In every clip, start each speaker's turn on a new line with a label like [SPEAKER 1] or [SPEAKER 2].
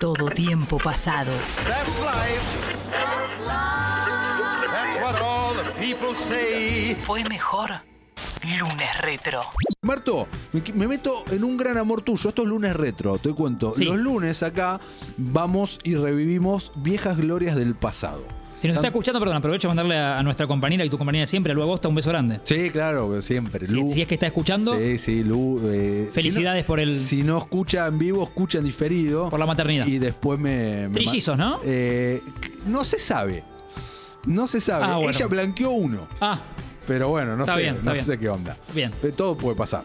[SPEAKER 1] Todo tiempo pasado.
[SPEAKER 2] That's life. That's what all the people say.
[SPEAKER 1] Fue mejor. Lunes retro.
[SPEAKER 3] Marto, me, qui- me meto en un gran amor tuyo. Esto es lunes retro, te cuento.
[SPEAKER 4] Sí.
[SPEAKER 3] Los lunes acá vamos y revivimos viejas glorias del pasado.
[SPEAKER 4] Si nos está escuchando, perdón, aprovecho a mandarle a, a nuestra compañera y tu compañera de siempre, a Lu Agosta, un beso grande.
[SPEAKER 3] Sí, claro, siempre.
[SPEAKER 4] Si,
[SPEAKER 3] Lu.
[SPEAKER 4] si es que está escuchando,
[SPEAKER 3] Sí, sí, Lu. eh, si no-
[SPEAKER 4] Felicidades por el-
[SPEAKER 3] Si no escucha en vivo, escucha en diferido.
[SPEAKER 4] por la maternidad.
[SPEAKER 3] Y después me. me
[SPEAKER 4] Trillizos, ¿no?
[SPEAKER 3] Eh, no se sabe. No se sabe.
[SPEAKER 4] Ah, bueno.
[SPEAKER 3] Ella blanqueó uno.
[SPEAKER 4] Ah,
[SPEAKER 3] Pero bueno, no
[SPEAKER 4] Está
[SPEAKER 3] sé.
[SPEAKER 4] bien, está
[SPEAKER 3] no
[SPEAKER 4] bien.
[SPEAKER 3] sé qué onda.
[SPEAKER 4] Bien.
[SPEAKER 3] Eh, Todo puede pasar.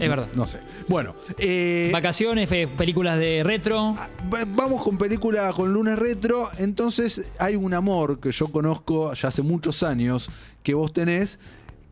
[SPEAKER 4] es verdad.
[SPEAKER 3] No sé. Bueno, eh, Ah,
[SPEAKER 4] Vacaciones, eh, películas de retro.
[SPEAKER 3] va- vamos con película con lunes retro. Entonces, hay un amor que yo conozco ya hace muchos años que vos tenés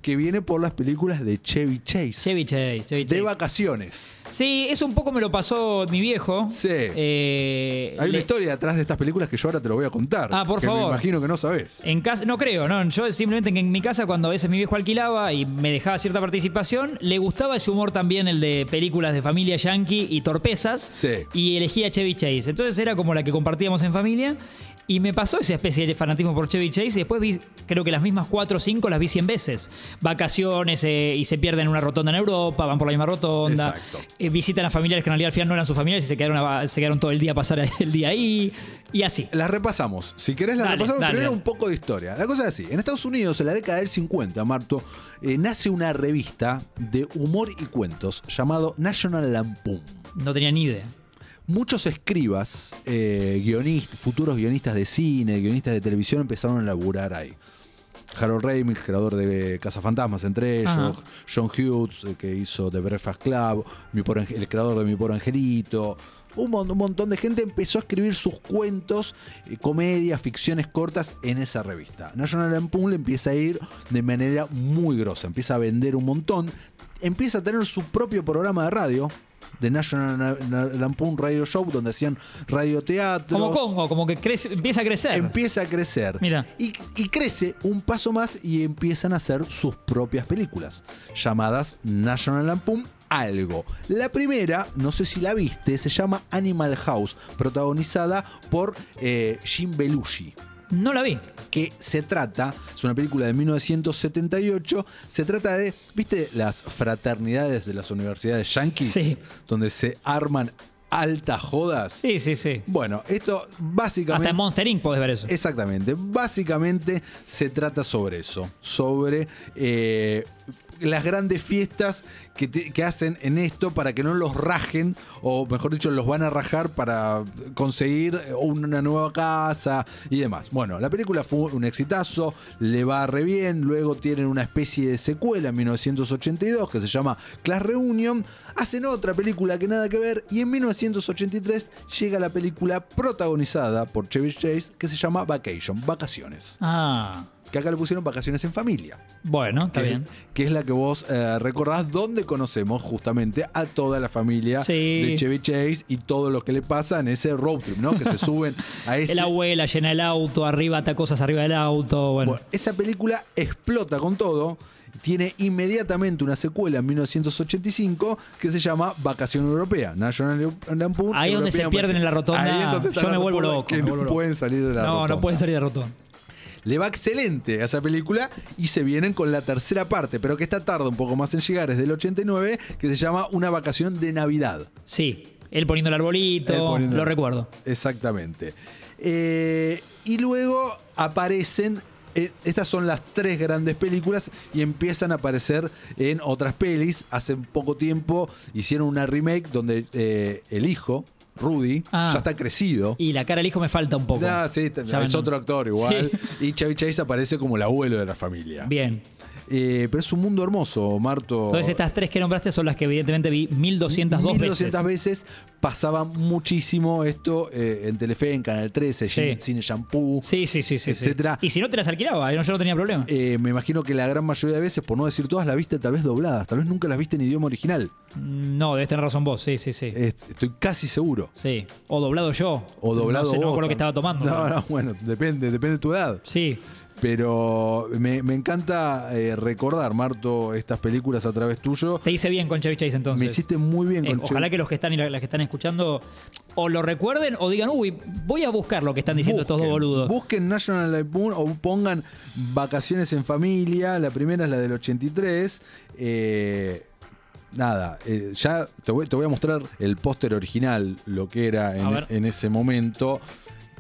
[SPEAKER 3] que viene por las películas de Chevy Chase.
[SPEAKER 4] Chevy Chase, Chevy
[SPEAKER 3] De
[SPEAKER 4] Chase.
[SPEAKER 3] vacaciones.
[SPEAKER 4] Sí, eso un poco me lo pasó mi viejo.
[SPEAKER 3] Sí.
[SPEAKER 4] Eh,
[SPEAKER 3] Hay una
[SPEAKER 4] le-
[SPEAKER 3] historia detrás de estas películas que yo ahora te lo voy a contar.
[SPEAKER 4] Ah, por
[SPEAKER 3] que Me
[SPEAKER 4] favor. Eh.
[SPEAKER 3] imagino que no sabes.
[SPEAKER 4] En casa, no creo, no. Yo simplemente que en mi casa, cuando a veces mi viejo alquilaba y me dejaba cierta participación, le gustaba ese humor también, el de películas de familia yankee y torpezas.
[SPEAKER 3] Sí.
[SPEAKER 4] Y elegía Chevy Chase. Entonces era como la que compartíamos en familia. Y me pasó esa especie de fanatismo por Chevy Chase. Y después vi, creo que las mismas cuatro o cinco las vi 100 veces. Vacaciones eh, y se pierden en una rotonda en Europa, van por la misma rotonda.
[SPEAKER 3] Exacto.
[SPEAKER 4] Eh, visitan a familiares que en realidad al final no eran sus familiares y se quedaron, a- se quedaron todo el día a pasar el día ahí. Y así.
[SPEAKER 3] Las repasamos. Si querés, las
[SPEAKER 4] Dale,
[SPEAKER 3] repasamos.
[SPEAKER 4] dale,
[SPEAKER 3] Primero
[SPEAKER 4] dale.
[SPEAKER 3] un poco de historia. La cosa es así. En Estados Unidos, en la década del 50, Marto, eh, nace una revista de humor y cuentos llamado National Lampoon.
[SPEAKER 4] No tenía ni idea.
[SPEAKER 3] Muchos escribas, eh, guionist- futuros guionistas de cine, guionistas de televisión, empezaron a laburar ahí. Harold Ramis, creador de Cazafantasmas, entre ellos.
[SPEAKER 4] Ajá.
[SPEAKER 3] John Hughes, eh, que hizo The Breakfast Club. Mi Pobre Ange- el creador de Mi Pobre Angelito. Un, mon- un montón de gente empezó a escribir sus cuentos, eh, comedias, ficciones cortas en esa revista. National Lampoon le empieza a ir de manera muy grosa. Empieza a vender un montón. Empieza a tener su propio programa de radio. The National Na- Na- Lampoon Radio Show, donde hacían radioteatro.
[SPEAKER 4] Como Congo, como que crece- empieza a crecer.
[SPEAKER 3] Empieza a crecer.
[SPEAKER 4] Mira.
[SPEAKER 3] Y, y crece un paso más y empiezan a hacer sus propias películas, llamadas National Lampoon Algo. La primera, no sé si la viste, se llama Animal House, protagonizada por eh, Jim Belushi
[SPEAKER 4] no la vi.
[SPEAKER 3] que se trata, es una película de 1978, se trata de, ¿viste las fraternidades de las universidades yanquis?
[SPEAKER 4] Sí.
[SPEAKER 3] Donde se arman altas jodas.
[SPEAKER 4] Sí, sí, sí.
[SPEAKER 3] Bueno, esto
[SPEAKER 4] Hasta
[SPEAKER 3] básicamente...
[SPEAKER 4] en Monster Inc. podés ver eso.
[SPEAKER 3] Exactamente. Básicamente se trata sobre eso, sobre eh, las grandes fiestas que, te- que hacen en esto para que no los rajen, o mejor dicho, los van a rajar para conseguir una nueva casa y demás. Bueno, la película fue un exitazo, le va re bien, luego tienen una especie de secuela en 1982 que se llama Class Reunion, hacen otra película que nada que ver y en 1983 llega la película protagonizada por Chevy Chase que se llama Vacation, Vacaciones,
[SPEAKER 4] Ah,
[SPEAKER 3] que acá le pusieron Vacaciones en Familia
[SPEAKER 4] bueno, está
[SPEAKER 3] que,
[SPEAKER 4] bien.
[SPEAKER 3] que es la que vos eh, recordás, donde conocemos justamente a toda la familia
[SPEAKER 4] Sí.
[SPEAKER 3] de Chevy Chase y todo lo que le pasa en ese road trip, ¿no? Que se suben a ese.
[SPEAKER 4] El abuela llena el auto, arriba ata cosas arriba del auto. Bueno,
[SPEAKER 3] Bueno, esa película explota con todo. Tiene inmediatamente una secuela en 1985 que se llama Vacación Europea. National Lampoon.
[SPEAKER 4] Ahí es donde se
[SPEAKER 3] European
[SPEAKER 4] pierden en la rotonda.
[SPEAKER 3] Ahí es donde están
[SPEAKER 4] Yo me
[SPEAKER 3] las
[SPEAKER 4] vuelvo
[SPEAKER 3] rotondas
[SPEAKER 4] loco,
[SPEAKER 3] Que
[SPEAKER 4] me
[SPEAKER 3] no
[SPEAKER 4] vuelvo loco.
[SPEAKER 3] pueden salir de la
[SPEAKER 4] no,
[SPEAKER 3] rotonda.
[SPEAKER 4] no pueden salir de rotón.
[SPEAKER 3] Le va excelente a esa película y se vienen con la tercera parte, pero que esta tarda un poco más en llegar, es del 89, que se llama Una vacación de Navidad.
[SPEAKER 4] Sí, él poniendo el arbolito,
[SPEAKER 3] Él poniendo-
[SPEAKER 4] lo recuerdo.
[SPEAKER 3] Exactamente. Eh, y luego aparecen. eh, estas son las tres grandes películas y empiezan a aparecer en otras pelis. Hace poco tiempo hicieron una remake donde eh, el hijo, Rudy,
[SPEAKER 4] Ah.
[SPEAKER 3] ya está crecido.
[SPEAKER 4] Y la cara del hijo me falta un poco.
[SPEAKER 3] Ah, sí,
[SPEAKER 4] Ya
[SPEAKER 3] está-
[SPEAKER 4] me
[SPEAKER 3] es
[SPEAKER 4] entiendo.
[SPEAKER 3] otro actor igual.
[SPEAKER 4] Sí.
[SPEAKER 3] Y Chevy Chase aparece como el abuelo de la familia.
[SPEAKER 4] Bien.
[SPEAKER 3] Eh, pero es un mundo hermoso, Marto.
[SPEAKER 4] Entonces estas tres que nombraste son las que evidentemente vi 1202
[SPEAKER 3] 1200 veces. Pasaba muchísimo esto eh, en Telefe, en Canal 13,
[SPEAKER 4] Sí.
[SPEAKER 3] Cine- Cine Shampoo.
[SPEAKER 4] Sí, sí, sí, sí. sí.
[SPEAKER 3] Etcétera.
[SPEAKER 4] Y si no te las alquilaba, yo no tenía problema.
[SPEAKER 3] Eh, me imagino que la gran mayoría de veces, por no decir todas, las viste tal vez dobladas, tal vez nunca las viste en idioma original.
[SPEAKER 4] No, debes tener razón vos, sí, sí, sí.
[SPEAKER 3] Es- Estoy casi seguro.
[SPEAKER 4] Sí. O doblado yo.
[SPEAKER 3] O doblado
[SPEAKER 4] No sé, no
[SPEAKER 3] vos
[SPEAKER 4] me acuerdo
[SPEAKER 3] también.
[SPEAKER 4] que estaba tomando.
[SPEAKER 3] No,
[SPEAKER 4] pero-
[SPEAKER 3] no, bueno, depende, depende de tu edad.
[SPEAKER 4] Sí.
[SPEAKER 3] Pero me, me encanta eh, recordar, Marto, estas películas a través tuyo.
[SPEAKER 4] Te hice bien con Chevy Chase entonces.
[SPEAKER 3] Me hiciste muy bien
[SPEAKER 4] Eh,
[SPEAKER 3] con
[SPEAKER 4] ojalá
[SPEAKER 3] Chevy-
[SPEAKER 4] que los que están y la- las que están escuchando o lo recuerden o digan, uy, voy a buscar lo que están diciendo estos dos
[SPEAKER 3] Busquen,
[SPEAKER 4] boludos.
[SPEAKER 3] Busquen National Lampoon o pongan Vacaciones en Familia. La primera es la del 83. Eh, nada, eh, ya te voy, te voy a mostrar el póster original, lo que era
[SPEAKER 4] A ver.
[SPEAKER 3] en, en ese momento,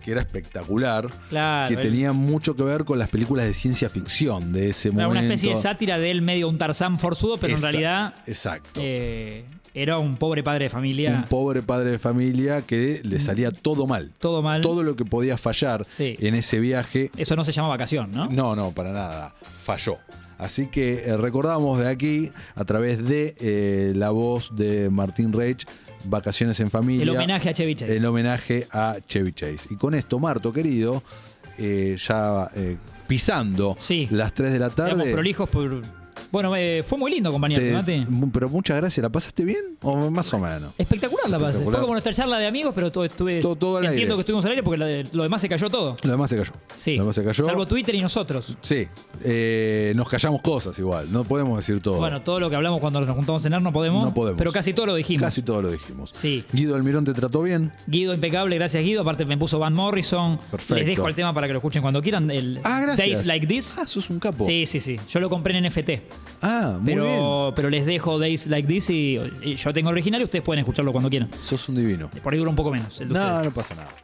[SPEAKER 3] que era espectacular.
[SPEAKER 4] Claro,
[SPEAKER 3] que
[SPEAKER 4] el-
[SPEAKER 3] tenía mucho que ver con las películas de ciencia ficción de ese
[SPEAKER 4] Era
[SPEAKER 3] momento.
[SPEAKER 4] una especie de sátira de él medio un Tarzán forzudo, pero
[SPEAKER 3] Esa-
[SPEAKER 4] en realidad
[SPEAKER 3] Exacto.
[SPEAKER 4] eh, era un pobre padre de familia.
[SPEAKER 3] un pobre padre de familia que le salía todo mal.
[SPEAKER 4] todo mal.
[SPEAKER 3] Todo lo que podía fallar
[SPEAKER 4] Sí.
[SPEAKER 3] en ese viaje
[SPEAKER 4] Eso no se llama vacación, ¿no?
[SPEAKER 3] No, no, para nada. Falló. Así que eh, recordamos de aquí, a través de eh, la voz de Martín Reich, Vacaciones en Familia.
[SPEAKER 4] El homenaje a Chevy Chase.
[SPEAKER 3] El homenaje a Chevy Chase. Y con esto, Marto, querido, eh, ya eh, pisando
[SPEAKER 4] Sí.
[SPEAKER 3] las 3 de la
[SPEAKER 4] Seamos
[SPEAKER 3] tarde.
[SPEAKER 4] prolijos por... Bueno, eh, fue muy lindo, compañero.
[SPEAKER 3] te-
[SPEAKER 4] Mate.
[SPEAKER 3] mu- pero muchas gracias. ¿La pasaste bien? ¿O más o menos?
[SPEAKER 4] Espectacular la pase. Fue
[SPEAKER 3] Espectacular.
[SPEAKER 4] como nuestra charla de amigos, pero todo estuve.
[SPEAKER 3] Todo- todo al
[SPEAKER 4] entiendo
[SPEAKER 3] aire.
[SPEAKER 4] que estuvimos al aire porque la- lo demás se cayó todo.
[SPEAKER 3] Lo demás se cayó.
[SPEAKER 4] Sí.
[SPEAKER 3] Lo demás se cayó.
[SPEAKER 4] Salvo Twitter y nosotros.
[SPEAKER 3] Sí. Eh, nos callamos cosas igual. No podemos decir todo.
[SPEAKER 4] Bueno, todo lo que hablamos cuando nos juntamos a cenar no podemos.
[SPEAKER 3] No podemos.
[SPEAKER 4] Pero casi todo lo dijimos.
[SPEAKER 3] Casi todo lo dijimos.
[SPEAKER 4] Sí.
[SPEAKER 3] Guido Almirón te trató bien.
[SPEAKER 4] Guido impecable, gracias Guido. Aparte me puso Van Morrison.
[SPEAKER 3] Perfecto.
[SPEAKER 4] Les dejo el tema para que lo escuchen cuando quieran. El
[SPEAKER 3] Ah, gracias.
[SPEAKER 4] Days Like This.
[SPEAKER 3] Ah, sos un capo.
[SPEAKER 4] Sí, sí, sí. Yo lo compré en NFT.
[SPEAKER 3] Ah, muy bien.
[SPEAKER 4] Pero, pero les dejo Days Like This y, y yo tengo el original y ustedes pueden escucharlo cuando quieran.
[SPEAKER 3] Sos un divino.
[SPEAKER 4] Por ahí dura un poco menos. El de
[SPEAKER 3] No,
[SPEAKER 4] ustedes.
[SPEAKER 3] no pasa nada.